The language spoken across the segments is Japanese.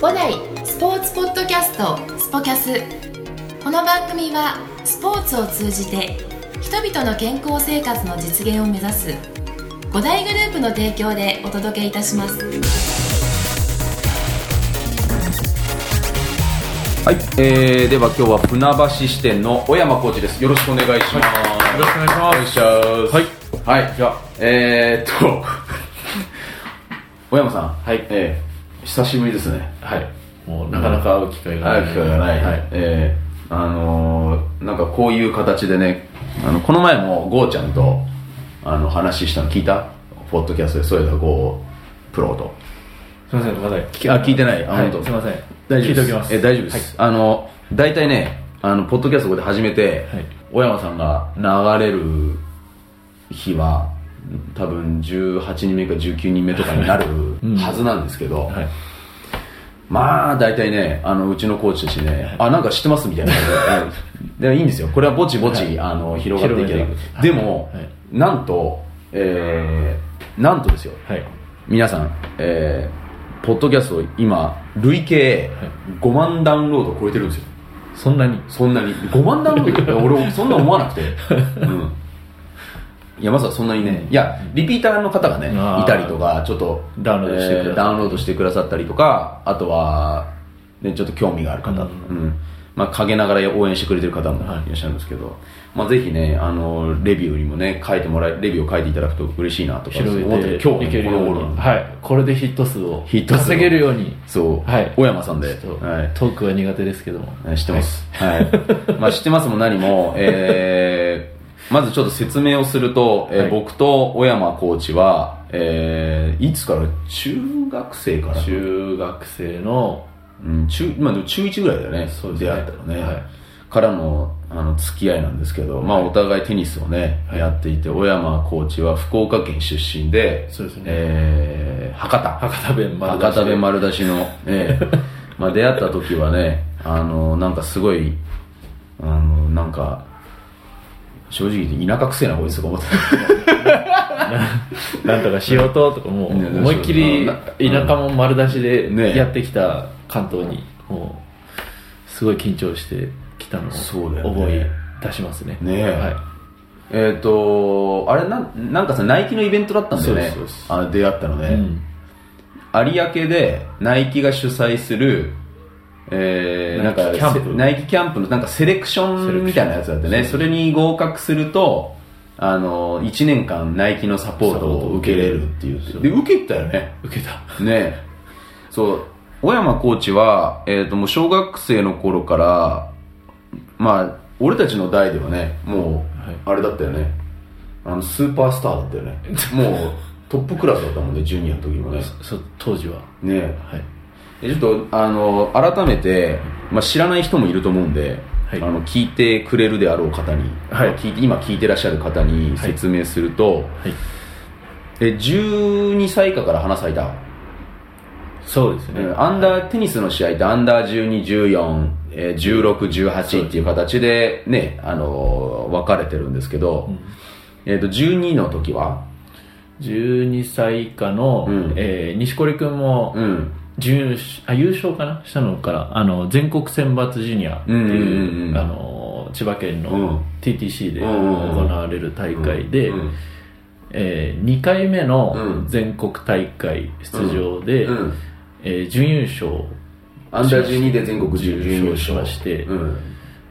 五代スポーツポッドキャストスポキャスこの番組はスポーツを通じて人々の健康生活の実現を目指す五大グループの提供でお届けいたしますはい、えー、では今日は船橋支店の小山コーチです。よろしくお願いします。よろしくお願いしお願いしまます。はい、じゃあ、えー、っと、 小山さん、はいえー、久しぶりですね。す。はい。もうなかなか会う機会がな会い。う機会がない。はい。えー、あのー、なんかこういう形でね、あのこの前もゴーちゃんとあの話したの聞いたポッドキャストで、それだゴープロと。すみません、まだ聞あ聞いてないあはい、す本当みません。大丈夫聞いてでおすきます。え大丈夫です、あの大体ねあのポッドキャストここで始めて、はい小山さんが流れる日は多分18人目か19人目とかになるんはずなんですけど、はい。はい。まあ大体ねあのうちのコーチたちねあなんか知ってますみたい な感じででいいんですよこれはぼちぼち、はいあの広がっていける広がってでいくも、はいなんとえー、なんとですよはい。皆さん、えー、ポッドキャスト今累計5万ダウンロードを超えてるんですよそんなに。そんなに5万ダウンロードって俺そんな思わな くて、うん、いやまさかそんなにねいやリピーターの方がねあーいたりとかちょっとダウンロードしてくえださっーたダウンロードしてくださったりとかあとは、ね、ちょっと興味がある方、うんうんまあ、陰ながら応援してくれてる方もはいいらっしゃるんですけど、まあ、ぜひねあのレビューにもね書いてもらえレビューを書いていただくと嬉しいなとか広思ってげるて今日いけねるこのよう頃に。はい。これでヒット数をヒット数を稼げるように。そう、はい小山さんで、ちょっとはいトークは苦手ですけども。えー知ってます、はいまあ、知ってますも何も、えーまずちょっと説明をすると、えーはい僕と小山コーチは、えーいつから中学生から、中学生の、うん、中まあでも中1ぐらいだよねそうです出ね会ったのね、はいからのあの付き合いなんですけど、まあ、お互いテニスをね、はいやっていて小山コーチは福岡県出身でそうですねえー博多博多弁丸出し博多弁丸出しの、え えまあ、出会った時はねあのなんかすごいあのなんか正直言って田舎くせえなこいつとか思って なんとかしようととかもうね思いっきり田舎も丸出しねでやってきた関東にもうすごい緊張してきたのをそうだよね思い出しますねねえはたえっとあれなんなんかさナイキのイベントだったんだよねそうですそうですあの出会ったのね、い、うん有明でナイキが主催するえー、なナんイかキキャンプせナイキキャンプのなんかセレクシセレョンクションみたいなやつだってねそれに合格するとあの1年間ナイキのサポートを受けれるっていうそうで受けたよね受けたねえそう小山コーチは、えー、ともう小学生の頃からまあ俺たちの代ではねもはいうあれだったよねあのスーパースターだったよ ねもうトップクラスだったもんねジュニアの時もねそ当時はねえはいでちょっとあの改めて、まあ、知らない人もいると思うんで、はいあの聞いてくれるであろう方に、はい聞いて今聞いてらっしゃる方に説明すると、はいえ12歳以下から花咲いた、そうですね、うんアンダーテニスの試合ってアンダー1214、えー、1618っていう形でね、あのー分かれてるんですけど、えー、と12の時は、 12歳以下の、うんえー錦織君もうん、準あ優勝かなしたのからあの全国選抜ジュニアっていう,、うんうんうんうんあの千葉県うんの TTC でうんうんうん行われる大会で、うんえ2回目うのん全国大会出場で、うんえー準優勝アンダー12で全国準優勝しましてうん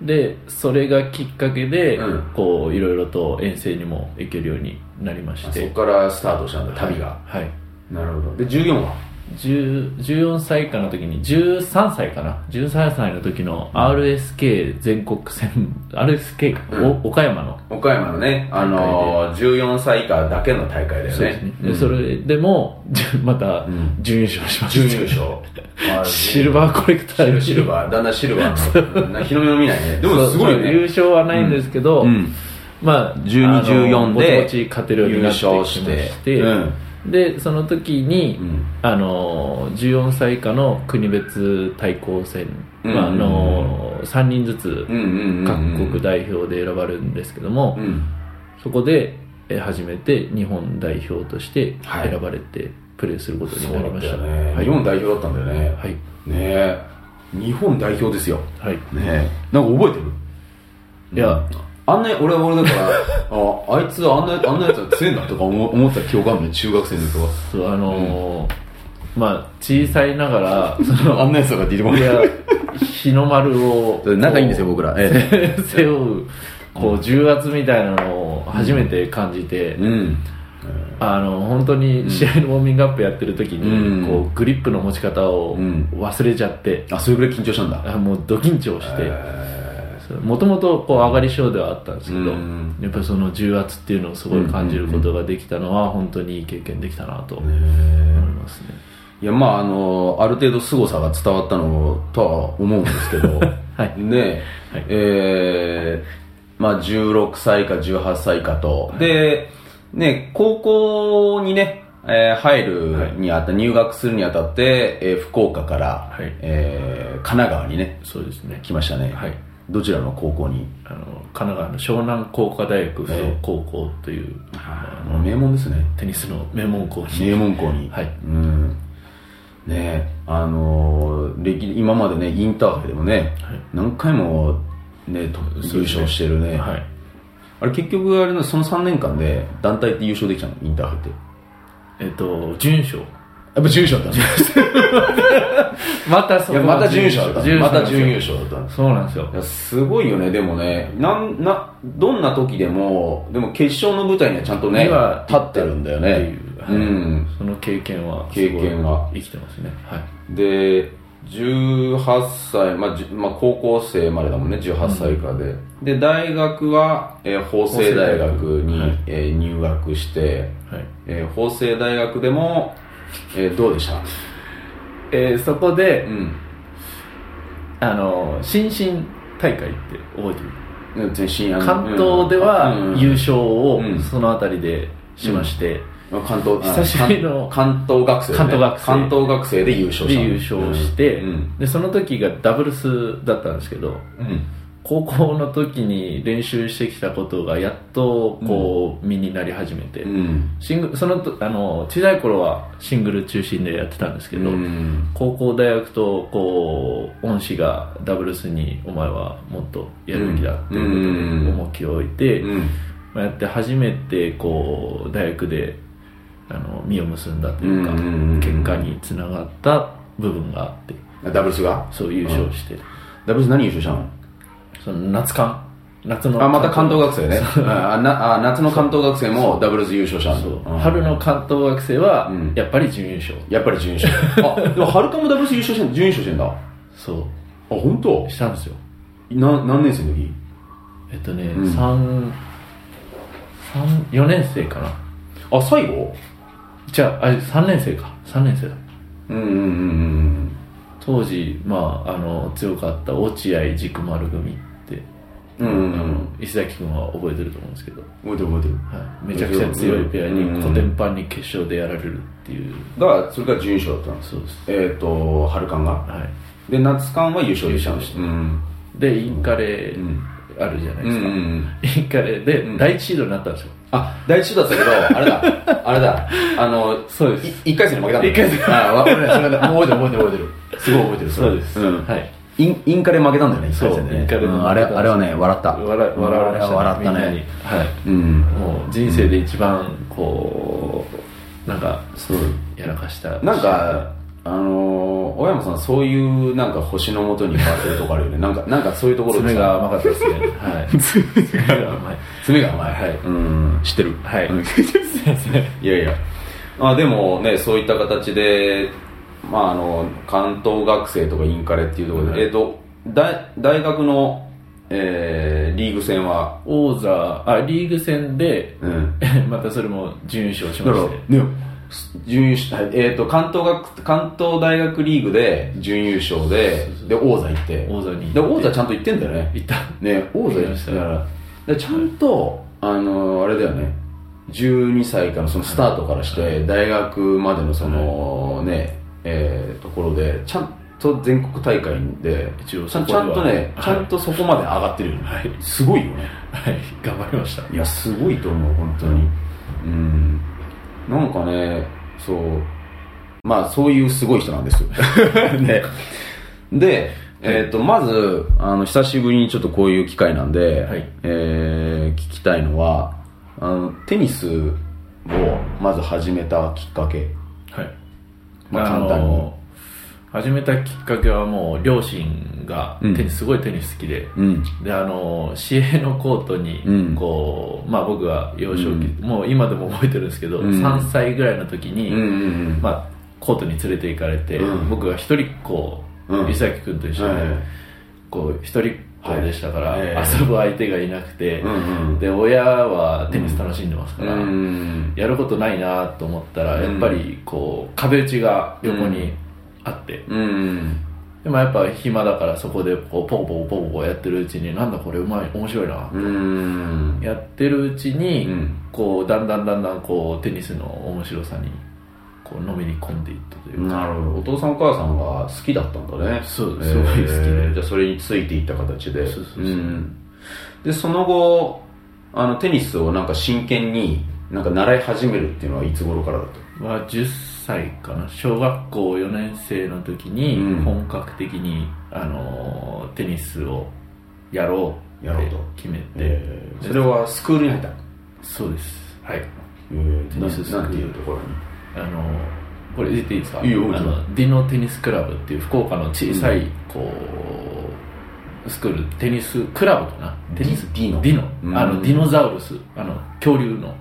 でそれがきっかけで、うんこういろいろと遠征にも行けるようになりましそてこからスタートしたんだ旅が、はいなるほどで14は10 14歳以下の時に13歳かな13歳の時の RSK 全国戦 RSK か、お岡山の岡山のね、あのー、14歳以下だけの大会だよねそうですね、うんでそれでも じゅまたん準優勝しま準し優た、勝あーシルバーコレクターシルバーだんだんシルバーの日の目を見ないねでもすごいそう優ね勝はないんですけど、うんまあ12あの14でぼちぼち勝てるようになってきまして優勝してうんでその時に、うんあの14歳以下の国別対抗戦、うんまあ、あの3人ずつうんうんうんうん各国代表で選ばれるんですけども、うんそこでえ初めて日本代表としてはい選ばれて、プレーすることになりました。そうだったよねはい日本代表だったんだよね。はい。ねえ。日本代表ですよ。はい。ねえ。なんか覚えてるいや、あんな、俺は俺だから、 ああいつあんな、あんなやつは強いんだとか思思った記憶あるのよ中学生の時は。そうあのーまあ、小さいながら、そ あんなやつとか出てこの、ないい。や、日の丸 を、仲いいんですよ、僕ら。え背負う、こう、重圧みたいなのを初めて感じてえ。、うん。あの本当に試合のウォーミングアップやってる時うに、んこうグリップの持ち方をうん忘れちゃって、あ、それぐらい緊張したんだ。あもうド緊張してえもともと上がり症ではあったんですけど、うんやっぱりその重圧っていうのをすごい感じることができたのは本当にいい経験できたなとえ思いねますね、えいや、まあ、あの、ある程度凄さが伝わったのとは思うんですけど、 はいねえ、はいえーまあ、16歳か18歳かと、で、ね、高校にね、えー入るにあた、入学するにあたって、えー福岡から、はいえー神奈川にね、そうですね来ましたね。はいどちらの高校にあの神奈川の湘南工科大学附属高校という、あの名門ですね。テニスの名門校に、名門校に。はいうん。ねえ、あのー歴、今までね、インターハイでもね、はい何回も、ね、と優勝してるね。はい、あれ結局あれのその3年間で団体って優勝できたのインターハイってやえっ、と準優勝っぱ準優勝だったんですまた そいやまた準優勝だったまた準優勝勝だったんですそうなんですよいやすごいよねでもねなんなどんな時でもでも決勝の舞台にはちゃんとねには立ってるんだよってねいう、うはいんその経験は経験はすごい生きてますねはいで18歳、まあじゅまあ、高校生までだもんね18歳以下で、で大学は、えー法政大学に、はいえー入学して、はいえー法政大学でも、えーどうでしたえーそこでうんあの新進大会って覚えてる全身あの関東ではうん優勝をうんそのあたりでしまして、関東あ久しぶりの関関東学生ね関東学生関東学生で優勝でした優勝して、うんでその時がダブルスだったんですけどうん高校の時に練習してきたことがやっとこう身になり始めて、うんシングルそのとあの小さい頃はシングル中心でやってたんですけうど、ん高校大学とこう恩師がダブルスにお前はもっとやるべきだっていうことでうん重きを置いて、うんまあやって初めてこう大学であの実を結んだというか、うん結果につながった部分があってダブルスがそう優勝して、ダブルス何優勝したのその夏間夏のあまた関東学生ねああなあ夏の関東学生もダブルス優勝したそうのうん春の関東学生はうんやっぱり準優勝、やっぱり準優 勝あでも春かもダブルス優勝してん準優勝してんだあそ本当うしたんですよな何年生の時えっとね、ん三三4年生かなあ最後じゃああ3年生か3年生だうんうんうん当時、まあ、あの強かった落合軸丸組って、うんうんうんあの石崎君は覚えてると思うんですけど、覚えてる覚えてるはい、めちゃくちゃ強いペアうんにコテンパンに決勝でやられるっていうだからそれが準優勝だったんですそうです、えっ、ー、と春間がはで夏間は優勝でしたんですうんい、でインカレうんあるじゃないうんうですか、んインカレでん第一シードになったんですよ、あ第一シードだったけどあれ だあれだあのそうですい一回戦に負けたの一回戦あわ俺らそれだもう覚えてる覚えてる覚えてるすごい覚えてるれんはいインインカレ負けたんだよね一回戦でそうねインカレで負けたうんあれあれはね笑った笑笑われました笑ったみんなにねはいうんもう人生で一番こうなんかそうやらかしたなんかあのー、小山さんそういうなんか星のもとに変わってるとこあるよねなんかなんかそういうところ爪が甘かった ですねはい爪が甘い爪が甘いはいうん知ってるはいうん先生いやいやあでもねそういった形で、まあ、あの関東学生とかインカレっていうところで、はいえっと大大学の、えーリーグ戦は、 王座あリーグ戦で うん、またそれも準優勝しだからましてね準優勝、えっと関東学関東大学リーグで準優勝でそうそうで王座行って王座に行ってで王座ちゃんと行ってんだよね行ったね王座行き行まっしてただからだからちゃんとあのあれだよね12歳からそのスタートからして大学までのそのねえーところでちゃんと全国大会でち一応ゃそんこちではゃんとねはいちゃんとそこまで上がってるよねはいすごいよねはい頑張りましたいやすごいと思う本当にうんなんかねそうまあそういうすごい人なん ですよでで、えー、とまずあの久しぶりにちょっとこういう機会なんで、はいえー聞きたいのはあのテニスをまず始めたきっかけ、はいまあ、あ簡の単に、始めたきっかけはもう両親がうんテニス、すごいテニス好きでうんであの市営のコートにうんこう、まあ、僕は幼少期、うもう今でも覚えてるんですけど、うん3歳ぐらいの時うに、んうんうんまあ、コートに連れて行かれて、うん僕が一人っ子うん伊崎君と一緒に、はいこう一人っ子でしたから、はいええ遊ぶ相手がいなくて、うんうんで親はテニス楽しんでますから、うんやることないなと思ったら、うんやっぱりこう壁打ちが横にあって、うんでもやっぱ暇だからそこでこうポンポンポンポンやってるうちになんだこれうまい面白いな、うんやってるうちに、うんこうだんだんだんだんこうテニスの面白さにこうのめり込んでいったというか、なるほどお父さんお母さんが好きだったんだねそうえーすごい好きでじゃあそれについていった形でそうそうそうんでその後あのテニスをなんか真剣になんか習い始めるっていうのはいつ頃からだとは10歳かな小学校4年生の時うにん本格的に、あのーテニスをやろうやっろうてと決めて、えーそれはスクールに入ったそうですはいテニススクールなんていうところにあのーこれ言っていいですかいいよもあちろんのディノテニスクラブっていう福岡の小さい、うこうスクールテニスクラブかなテニスディノディノ、うんあのディノザウルスあの恐竜 の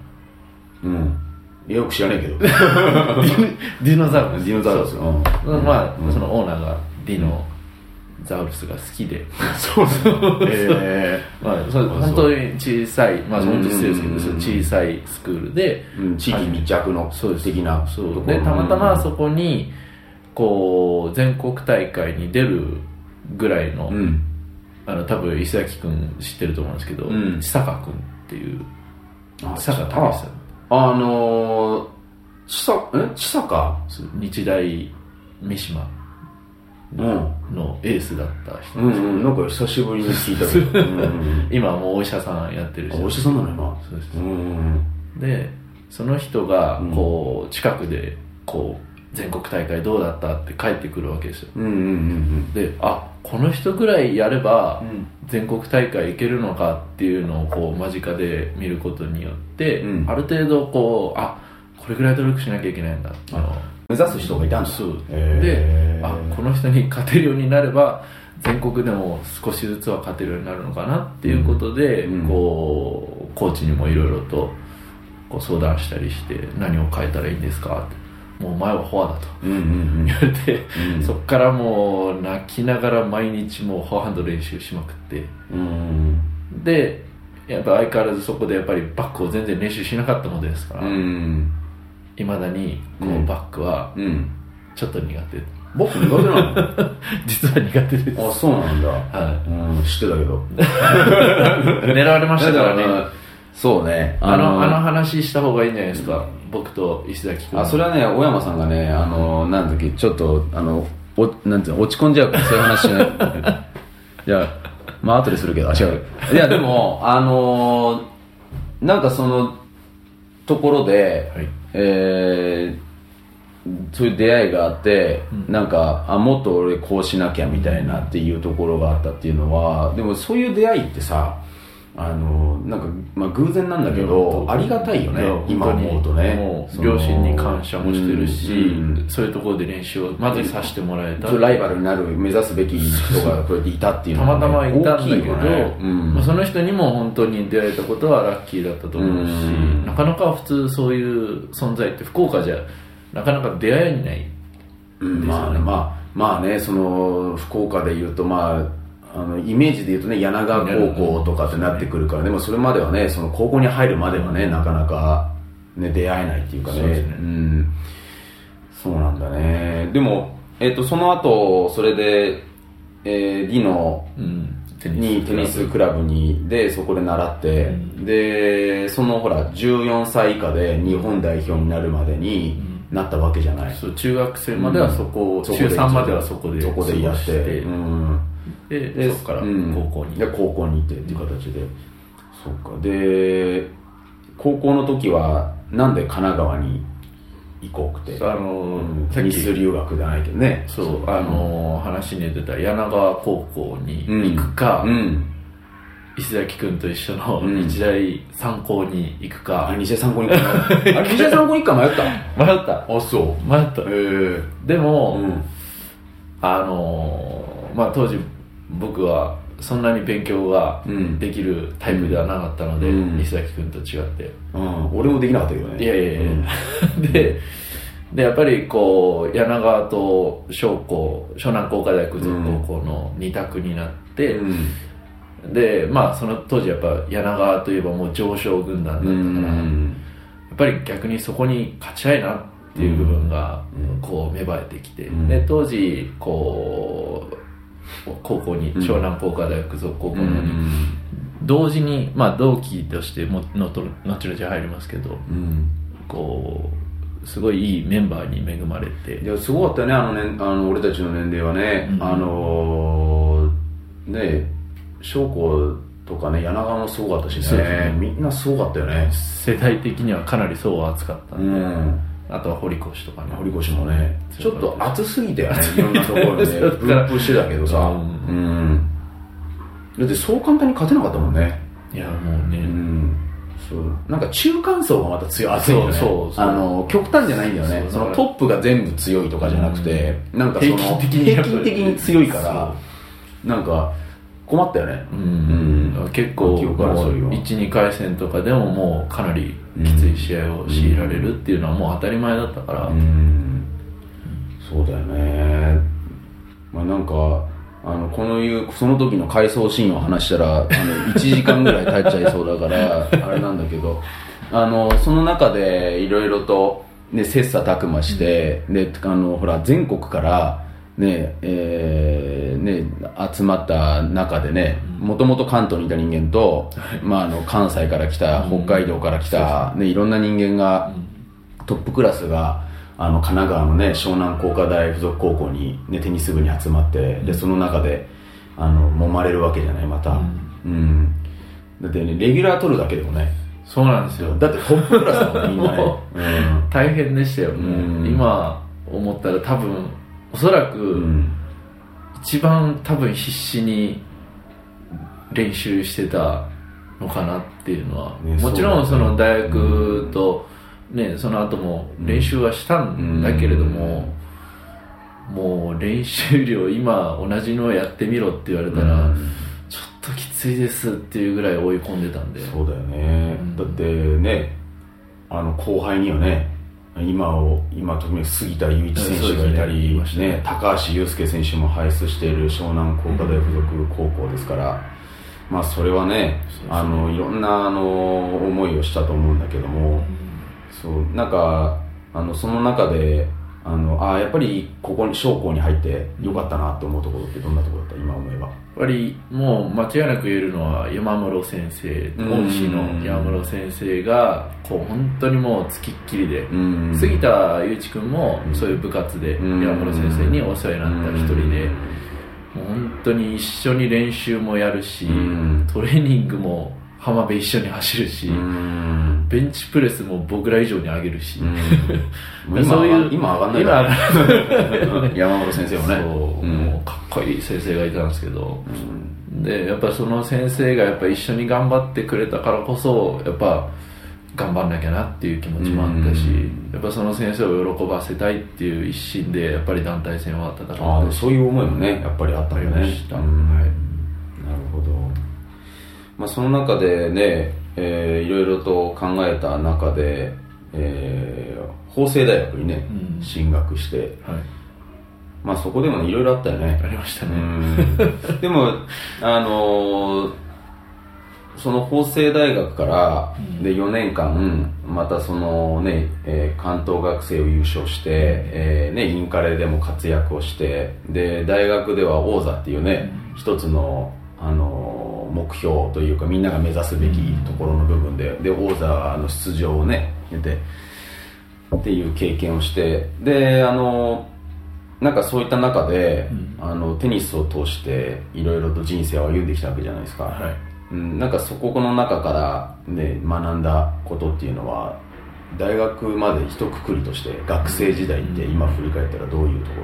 うんよく知らない けどデディディノザウルスィノザウルスそううんまあ、うんそのオーナーがディノザウルスが好きで、そうそうえまあ、そうあそう本当に小さい、まあ、うんうんうん本当に失礼ですけど、そう小さいスクールで、ーうん地域密着のそうです的なそとうころでたまたまそこに、こう、全国大会に出るぐらいの、うんあの、多分、伊崎くん知ってると思うんですけど、うん千坂くんっていう、あ千坂武さんあのー、ちさ、えちさかそう、日大三島うん。のエースだった人うんうん、なんか久しぶりに聞いたけど。うんうん今はもうお医者さんやってるあ人お医者さんなの今。そうですうんうんでその人がうんこう近くでこう全国大会どうだったって帰ってくるわけですようん。うんうんであこの人ぐらいやればうんうん。全国大会行けるのかっていうのをこう間近で見ることによって、うんある程度こうあこれぐらい努力しなきゃいけないんだあの目指す人がいたんだ。そうへでーあこの人に勝てるようになれば全国でも少しずつは勝てるようになるのかなっていうことで、うんこうコーチにもいろいろとこう相談したりして何を変えたらいいんですかってもうお前はフォアだと うんうん言われて、うん。うんそっからもう泣きながら毎日もうフォアハンド練習しまくってうんでやっぱ相変わらずそこでやっぱりバックを全然練習しなかったものですかうらん。いま、未だにこうんうバックはうん。ちょっと苦手、 僕苦手な実は苦手ですのあ、そうなんだ。はいうん、知ってたけど。 狙われましたからね。そうね。あの、あのー話した方がいいんじゃないですか。僕と石崎君。あそれはね、小山さんがね、あのー、なんだっけ、ちょっと、あの、おなんていうの、落ち込んじゃうから、そういう話しない。い や、まあ、後でするけど、あ違う。いや、でも、あのーなんかその、ところで、はいえーそういう出会いがあって、うんなんかあもっと俺こうしなきゃみたいなっていうところがあったっていうのはでもそういう出会いってさあのなんか、まあ、偶然なんだけどありがたいよいやね本当に今思うとねもうその両親に感謝もしてるし、うんうんそういうところで練習をまずさせてもらえた。そうライバルになる目指すべき人がこうやっていたっていうたのはまね、たまいたんだけ大きいど、よねうんまあ、その人にも本当に出会えたことはラッキーだったと思うし、うんなかなか普通そういう存在って福岡じゃなかなか出会えない。うんまあねまあまあねその福岡でいうとまああのイメージでいうとね柳川高校とかってなってくるからでもそれまではねその高校に入るまではねなかなか、ね、出会えないっていうかねそうですねん、そうなんだねでも、えっとその後それで、えー、リノうん、テにテニスクラブにでそこで習って、うんでそのほら14歳以下で日本代表になるまでになったわけじゃない、そう中学生まではそこを、そこで中3まではそこでそこでやって、うん、でそこからうん高校に、で高校に行ってっていう形で、そうかで高校の時はなんで神奈川に移行くて、あのうん、さっき水留学じゃないけどねそうあの話に出た柳川高校に行くか、うん石崎君と一緒のうん日大三高に行くあか、西江参考にあれ西江参考にか迷った迷ったあそ迷ったうへえでも、うんあのーまあ当時僕はそんなに勉強がうんできるタイプではなかったので、うん石崎君と違ってうん俺もできなかったけどねいやいや いや、ででやっぱりこう柳川と商工湘南工科大附属高校の2択になって、うんでまあその当時やっぱ柳川といえばもう上昇軍団だったから、やっぱり逆にそこに勝ちたいなっていう部分がうんこう芽生えてきて、うんで当時こう高校にうん湘南工科大附属高校うのに、ん同時にまあ同期としてものと後々入りますけどうんこうすごいいいメンバーに恵まれていやすごかったよねあのねあの俺たちの年齢はね、うんあのーね将校とかね柳川もすごかったしそうねですねみんなすごかったよね世代的にはかなり層は厚かったうんで、んあとは堀越とかね堀越もねちょ強っかったと熱すぎたよねいろんなところで そねうだった分布してたけどさううんん、だってそう簡単に勝てなかったもんねいやもうね、うんそうなんか中間層がまた強い熱いよねそうそうそうあの極端じゃないんだよねそうそのトップが全部強いとかじゃなくて、なんかその平均的にやっぱり平均的に強いからなんか困ったよねうんうん結構記憶争いは12回戦とかでももうかなりきつい試合を強いられるっていうのはもう当たり前だったから、うんそうだよねまあなんかあのこのいうその時の回想シーンを話したらあの1時間ぐらい経っちゃいそうだからあれなんだけどあのその中でいろいろと、ね、切磋琢磨して、であのほら全国から、ねえーね、集まった中でねもともと関東にいた人間と、まあ、あの関西から来た北海道から来た、ね、いろんな人間がトップクラスがあの神奈川の、ね、湘南工科大附属高校に、ね、テニス部に集まってでその中であの揉まれるわけじゃないまた、ううんんだってねレギュラー取るだけでもねそうなんですよだってトップクラスだもんみんなねも、大変でしたよ、もうんう今思ったら多分おそらうんうくん一番多分必死に練習してたのかなっていうのは、ねもちろんそそうだねの大学と、ね、その後も練習はしたんだけれども、もう練習量今同じのをやってみろって言われたら、ちょっときついですっていうぐらい追い込んでたんでそうだよね、うんだってねあの後輩にはね今を今特に杉田祐一選手がいたり、そうですねね高橋祐介選手も輩出している湘南工科大附属高校ですから、まあそれはねそうですねあのいろんなあの思いをしたと思うんだけどもそうなんかあのその中であのあやっぱりここに商校に入ってよかったなと思うところってどんなところだった今思えばやっぱりもう間違いなく言えるのは山室先生うん恩師の山室先生がこう本当にもうつきっきりで、うん杉田祐一君もうんそういう部活でうん山室先生にお世話になった一人で、うんもう本当に一緒に練習もやるし、うんトレーニングも浜辺一緒に走るし、うんベンチプレスも僕ら以上に上げるし、うん、今そういう今上がんない今から上が山本先生もねそうう、んもうかっこいい先生がいたんですけど、でやっぱその先生がやっぱ一緒に頑張ってくれたからこそやっぱ頑張んなきゃなっていう気持ちもあったし、うんやっぱその先生を喜ばせたいっていう一心でやっぱり団体戦は戦ってああたしそういう思いもねやっぱりあったんだありねましたうんなはいるほど、まあ、その中でね、えーいろいろと考えた中で、えー法政大学にねうん進学して、はい、まあ、そこでもねいろいろあったよねありましたうね、んでも、あのーその法政大学からうんで4年間、またそのね、えー関東学生を優勝して、えーね、インカレでも活躍をして、で、大学では王座っていうね、一つの、あのー目標というか、みんなが目指すべきところの部分で、で、王座の出場をね、で、っていう経験をして、で、あのーなんかそういった中で、うんあのテニスを通していろいろと人生を歩んできたわけじゃないですか、はいうん、なんかそこの中から、ね、学んだことっていうのは大学まで一括りとして学生時代って今振り返ったらどういうとこ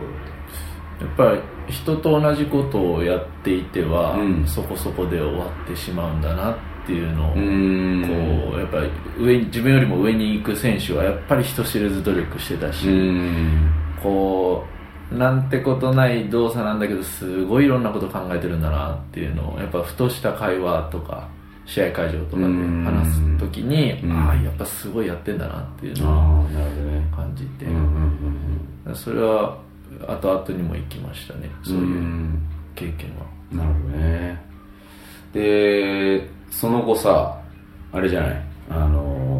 ろやっぱり人と同じことをやっていては、うんそこそこで終わってしまうんだなっていうのを、んこうやっぱり上に自分よりも上に行く選手はやっぱり人知れず努力してたし、んこうなんてことない動作なんだけどすごいいろんなこと考えてるんだなっていうのをやっぱふとした会話とか試合会場とかで話す時にうんああやっぱすごいやってんだなっていうあのをあなるほどね感じて、うんうんうんそれは後々にも行きましたねそういう経験は。なるほどねでその後さあれじゃないあのー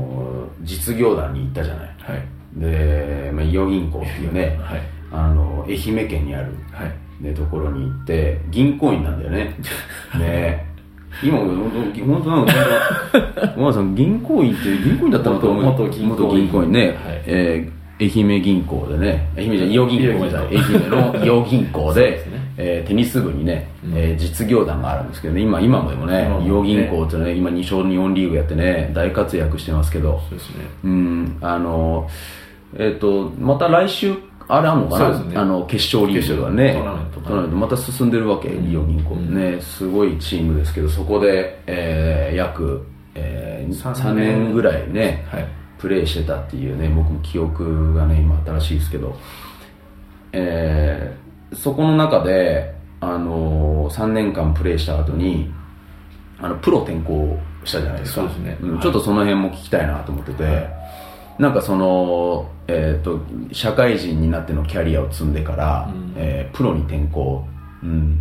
実業団に行ったじゃないはいで、まあ、伊予銀行っていうねはいあの愛媛県にある、はいね、ところに行って銀行員なんだよねね今本当本当なんかお前さん銀行員って銀行員だったのと思う元銀行員元銀行員ね、はいえー愛媛銀行でね愛媛じゃない伊予銀行ごめんなさい愛媛の伊予銀行そうでですねえーテニス部にね、うんえー実業団があるんですけどね今今もでもねうん伊予銀行ってね今2勝日本リーグやってね大活躍してますけどそうですねうん、あの、えっ、と、また来週、あれあんのかそうな、ですねあの決勝リーグがね、決勝トーナメントがトーナメントまた進んでるわけ、うんリオ銀行、うんね、すごいチームですけど、そこで、えー約、え三年3年ぐらいね、はいプレーしてたっていうね、僕も記憶がね、今、新しいですけど、えーそこの中で、あの3年間プレーした後に、あのプロ転向したじゃないですか。そうですねうんはいちょっとその辺も聞きたいなと思ってて、なんかその、えっ、と、社会人になってのキャリアを積んでから、うんえープロに転向、うん、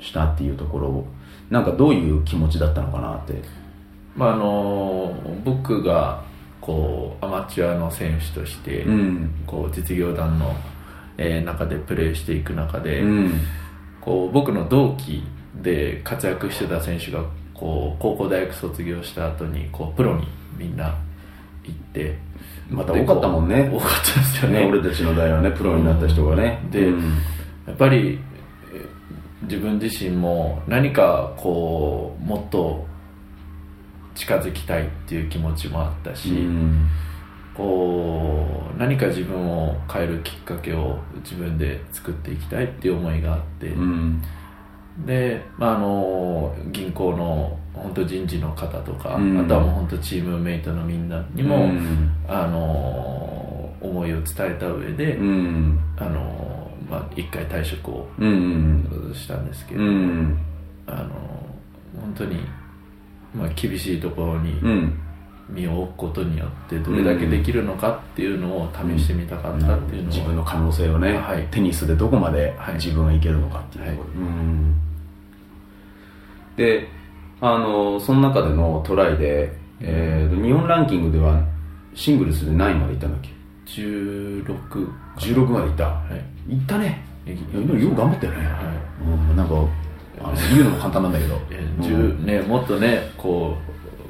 したっていうところを、なんかどういう気持ちだったのかなって。まああの僕がこうアマチュアの選手として、ん。こう実業団の、えー中でプレーしていく中で、うん。こう僕の同期で活躍してた選手がこう高校大学卒業した後にこうプロにみんな行ってまた多かったもんねでこう多かったですよねね、俺たちの代はね、プロになった人がね。でうんやっぱりえー自分自身も何かこうもっと近づきたいっていう気持ちもあったし、うんこう何か自分を変えるきっかけを自分で作っていきたいっていう思いがあって、うんで、まあ、あの銀行の本当人事の方とか、うんあとはもう本当チームメイトのみんなにも、うんあの思いを伝えた上で、うんあのまあ、一回退職をうんしたんですけうど、んあの本当に、まあ、厳しいところにうん身を置くことによってどれだけできるのかっていうのを試してみたかったっていうの自を、分の可能性をね、はいテニスでどこまではい自分がいけるのかっていうところ、うんであのその中でのトライで、えーと日本ランキングではシングルスで何位までいったんだっけ16 16までいったはいいったねえいやでもよく頑張ったよね、はいうん、なんかあの言うのも簡単なんだけど、えー10ね、もっとねこ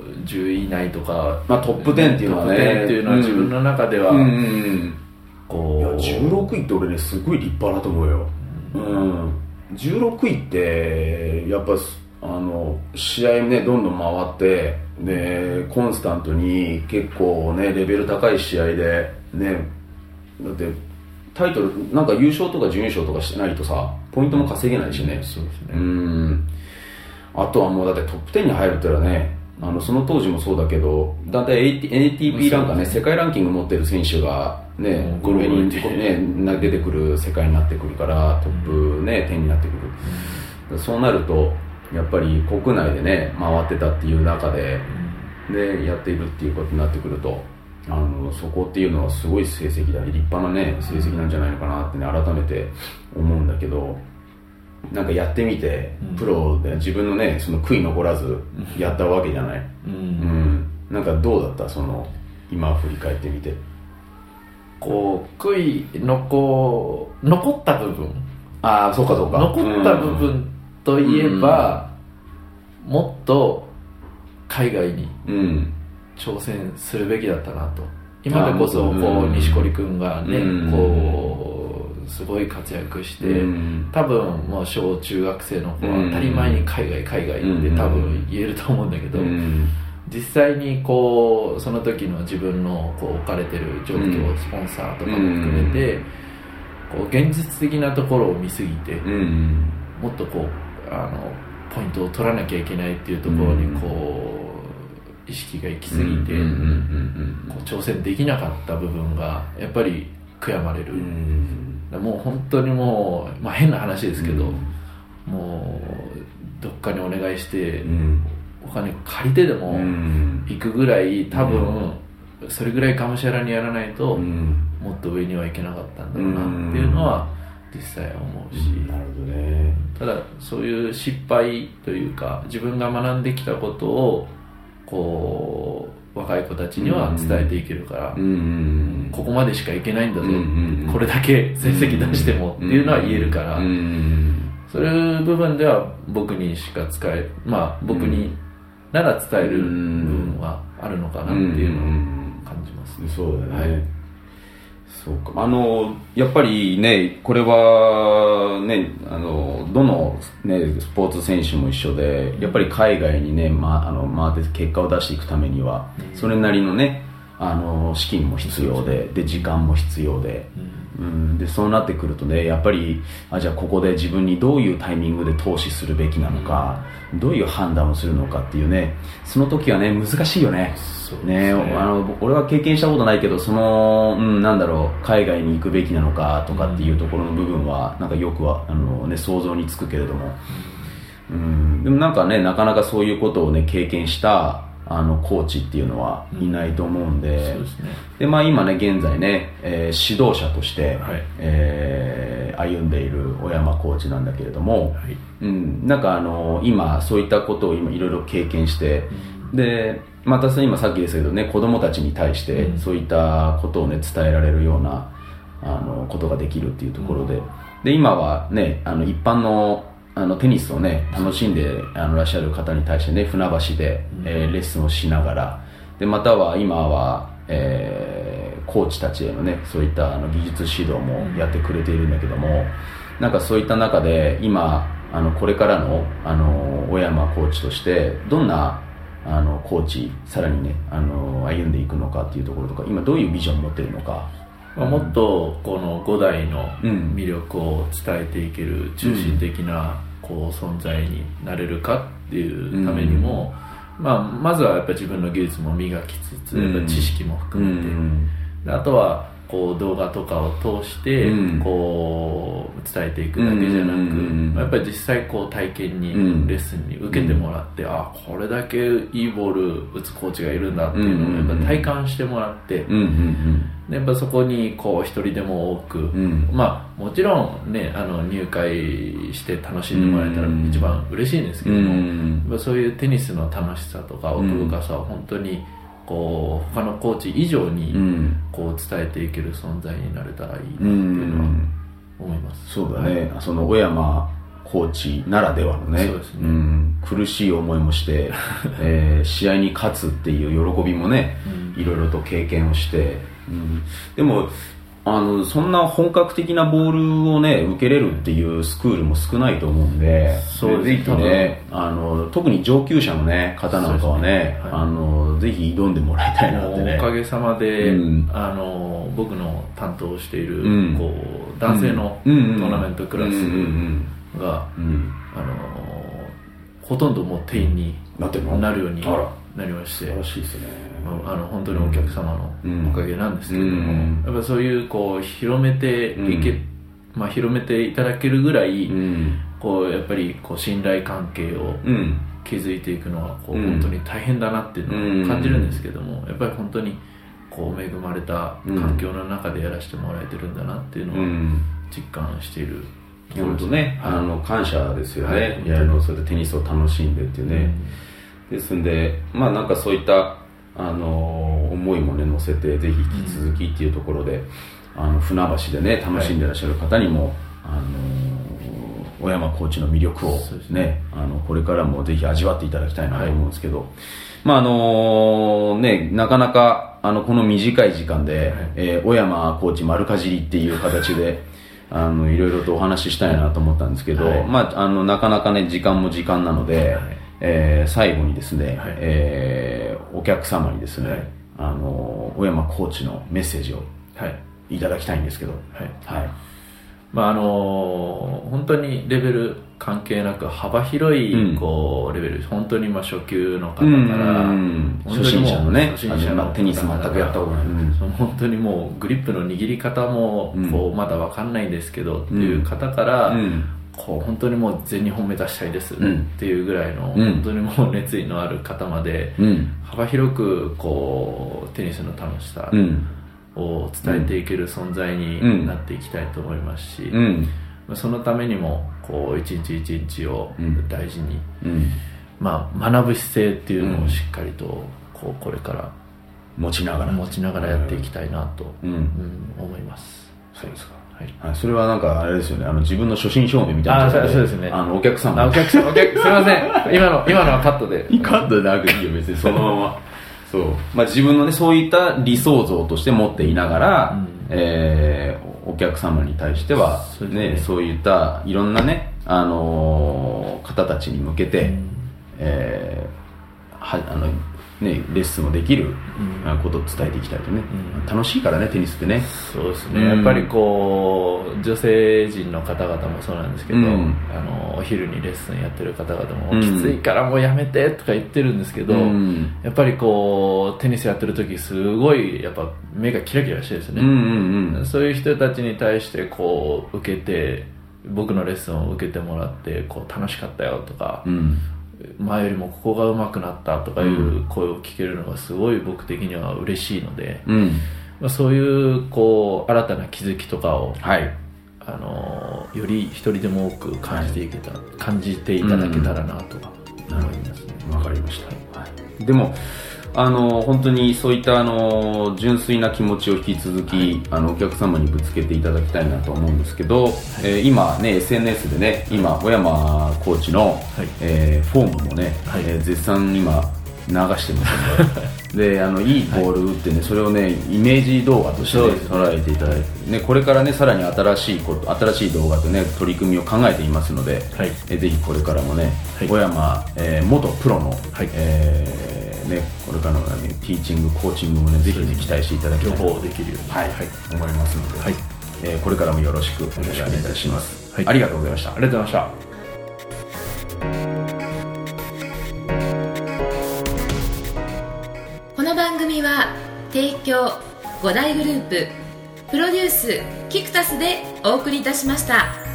う10位以内とか、まあトップ10っていうのはねトップ10っていうのは自分の中では、うんうんうんいやこう16位って俺ねすごい立派だと思うようん16位ってやっぱすあの試合ねどんどん回ってねコンスタントに結構ねレベル高い試合でねだってタイトルなんか優勝とか準優勝とかしてないとさポイントも稼げないしねそうですね、うんあとはもうだってトップ10に入るってのはねあのその当時もそうだけどだいたい ATP ランカーね世界ランキング持ってる選手がねうん上に、ゴロゴロね、な出てくる世界になってくるからトップ、ね、10になってくる、そうなるとやっぱり国内でね回ってたっていう中ででやっているっていうことになってくるとあのそこっていうのはすごい成績だね立派なね成績なんじゃないのかなってね改めて思うんだけどなんかやってみてうんプロで自分のねその悔い残らずやったわけじゃない、うんうん、なんかどうだったその今振り返ってみてこう悔い残残った部分ああそうかそうか残った部分といえば、もっと海外にうん、うん挑戦するべきだったなと今でこそこあうーうん錦織君がね、うんこうすごい活躍して、うん多分もう小中学生の子は当たり前に海外海外って多分言えると思うんだけど、うん実際にこうその時の自分のこう置かれてる状況、うんスポンサーとかも含めて、こう現実的なところを見すぎて、うんもっとこうあのポイントを取らなきゃいけないっていうところにこう、意識が行き過ぎて、うんうんこう挑戦できなかった部分がやっぱり悔やまれる、うんうんうんもう本当にもう、まあ、変な話ですけど、うんもうどっかにお願いして、うんお金借りてでうもん行くぐらい多分、それぐらいがむしゃらにやらないと、うんもっと上にはいけなかったんだろうなっていうのは実際思うし、なるほどねただそういう失敗というか自分が学んできたことをこう若い子たちには伝えていけるから、うんうんここまでしかいけないんだぞ、うんこれだけ成績出してもっていうのは言えるから、うんそういう部分では僕にしか使えまあ僕になら伝える部分はあるのかなっていうのを感じますね、そうだね、そうかあのやっぱりねこれはねあのどの、ね、スポーツ選手も一緒でやっぱり海外にね、ま、あの回って結果を出していくためにはそれなりのねあの資金も必要でで時間も必要で。うん、でそうなってくるとねやっぱりあじゃあここで自分にどういうタイミングで投資するべきなのか、どういう判断をするのかっていうねその時はね難しいよねそうですねねあの俺は経験したことないけどその、うん、なんだろう海外に行くべきなのかとかっていうところの部分はなんかよくはあの、ね、想像につくけれども、うん、でもなんかねなかなかそういうことをね経験したあのコーチっていうのはいないと思うんで。そうですねでまあ、今ね現在ね、えー指導者として、はいえー歩んでいる小山コーチなんだけれども、はいうん、なんかあの今そういったことを今いろいろ経験して、でまたその今さっきですけどね子供たちに対してうんそういったことをね伝えられるようなあのことができるっていうところで、で今はねあの一般のあのテニスをね楽しんであのいらっしゃる方に対してね船橋で、えーレッスンをしながらでまたは今は、えーコーチたちへのねそういったあの技術指導もやってくれているんだけども、なんかそういった中で今あのこれからのあの小山コーチとしてどんなあのコーチさらにねあの歩んでいくのかっていうところとか今どういうビジョンを持ってるのかまあ、もっとこの5代のうん魅力を伝えていける中心的なこう存在になれるかっていうためにも、まあ、まずはやっぱ自分の技術も磨きつつ、うんやっぱ知識も含めて、であとはこう動画とかを通してうんこう伝えていくだけじゃなく、うんまあやっぱり実際こう体験に、うんレッスンに受けてもらって、あこれだけいいボール打つコーチがいるんだっていうのをやっぱ体感してもらって、うんうんでやっぱそこにこう一人でも多く、うんうんまあもちろんねあの入会して楽しんでもらえたらうん一番嬉しいんですけうども、んまあそういうテニスの楽しさとか奥深さを本当にこう他のコーチ以上うにんこう伝えていける存在になれたらいいなってういうのはん思います、そうだね、その小山コーチならではのねそうですねん、苦しい思いも して、えー試合に勝つっていう喜びもね、いろいろと経験をして、うんでもあのそんな本格的なボールをね受けれるっていうスクールも少ないと思うんでそうですぜひねあの特に上級者の、ね、方なんかはねそうですねはいあのぜひ挑んでもらいたいなってもうねおかげさまで、うんあの僕の担当している、うんこう男性のトーナメントクラうんスうんが、うんうんあのほとんどもう定員になってるのなるようにあらなりまして素晴らしいですねああの本当にお客様うんのおかげなんですけれども、うんやっぱそういうこう広めていけ、うんまあ、広めていただけるぐらい、うんこうやっぱりこう信頼関係をうん築いていくのはこう、うん本当に大変だなっていうのを感じるんですけども、やっぱり本当にこう恵まれた環境の中でやらせてもらえてるんだなっていううのをん実感しているところ本で当すね、あの感謝ですよね、はいいやあのそれでテニスを楽しんでっていうね、ですんで、まあ、なんかそういった、あのー思いもね乗せて、ぜひ引き続きっていうところで、あの船橋でね、楽しんでらっしゃる方にも、あのー小山コーチの魅力をそうですね、ねあのこれからもぜひ味わっていただきたいなと思うんですけど、まああのね、なかなかあのこの短い時間で、はいえー小山コーチ丸かじりっていう形で あのいろいろとお話ししたいなと思ったんですけど、はいまあ、あのなかなかね時間も時間なので、はいえー最後にですね、はいえーお客様にですね、はいあのー小山コーチのメッセージをはいいただきたいんですけど、はいはい、まああの本当にレベル関係なく幅広うんいこうレベル、本当にまあ初級の方かうら、ん本当にもう初心者のね初心者のあのまあテニス全くやったことない、うんその本当にもうグリップの握り方もうんこうまだ分かんないんですけどっていう方から、うんこう本当にもう全日本目指したいですっうんていうぐらいの、うん本当にもう熱意のある方までうん幅広くこうテニスの楽しさうんを伝えていける存う在んになっていきたいと思いますし、うんそのためにもこう一日一日をうん大事に、うんまあ、学ぶ姿勢っていうのをしっかりとこうこれから持ちながら持ちながらやっていきたいなと、うんうん、思います。そうですかはいはい、それはなんかあれですよねあの自分の初心証明みたいなあーことそうですねあのお客様あお客さん、お客すいません。今の、今のはカットで。 いかんとなくいいよ別にそのま まそう、まあ、自分のねそういった理想像として持っていながら、うんえーお客様に対してはそそう,、うですねねそういったいろんなね、あのー方たちに向けて、えーはあのね、レッスンをできるうんあことを伝えていきたいとね、うん楽しいからねテニスってねそうですうんね。やっぱりこう、女性陣の方々もそうなんですけど、うんあの、お昼にレッスンやってる方々も、うんきついからもうやめてとか言ってるんですけど、うんやっぱりこう、テニスやってる時すごい、やっぱ目がキラキラしてるんでうんすようんね。うんそういう人たちに対して、こう、受けて、僕のレッスンを受けてもらって、こう、楽しかったよとか、うん前よりもここが上手くなったとかいう声を聞けるのがすごい僕的には嬉しいので、うんまあ、そういうこう新たな気づきとかを、はいあのーより一人でも多く感じていけた、感じていただけたらなとは思いますね、わかりました、はい、でもあの本当にそういったあの純粋な気持ちを引き続き、あのお客様にぶつけていただきたいなと思うんですけど、えー今ね SNS でね今小山コーチの、いえーフォームもね、はいえー絶賛今流して ますのでであのいいボール打ってね、それをねイメージ動画としてね、そうですね捉えていただいて、ね、これからねさらに新しいこと新しい動画とね取り組みを考えていますので、はいえーぜひこれからもね、はい小山、えー元プロの、はいえーね、これからの、ね、ティーチング、コーチングもね、ぜひ、ね、期待していただき両たいと、方できるようにはいはい思いますので、はいえーこれからもよろしくお願いいたします。はいありがとうございましたあ。りがとうございましたこの番組は提供五大グループプロデュースキクタスでお送りいたしました。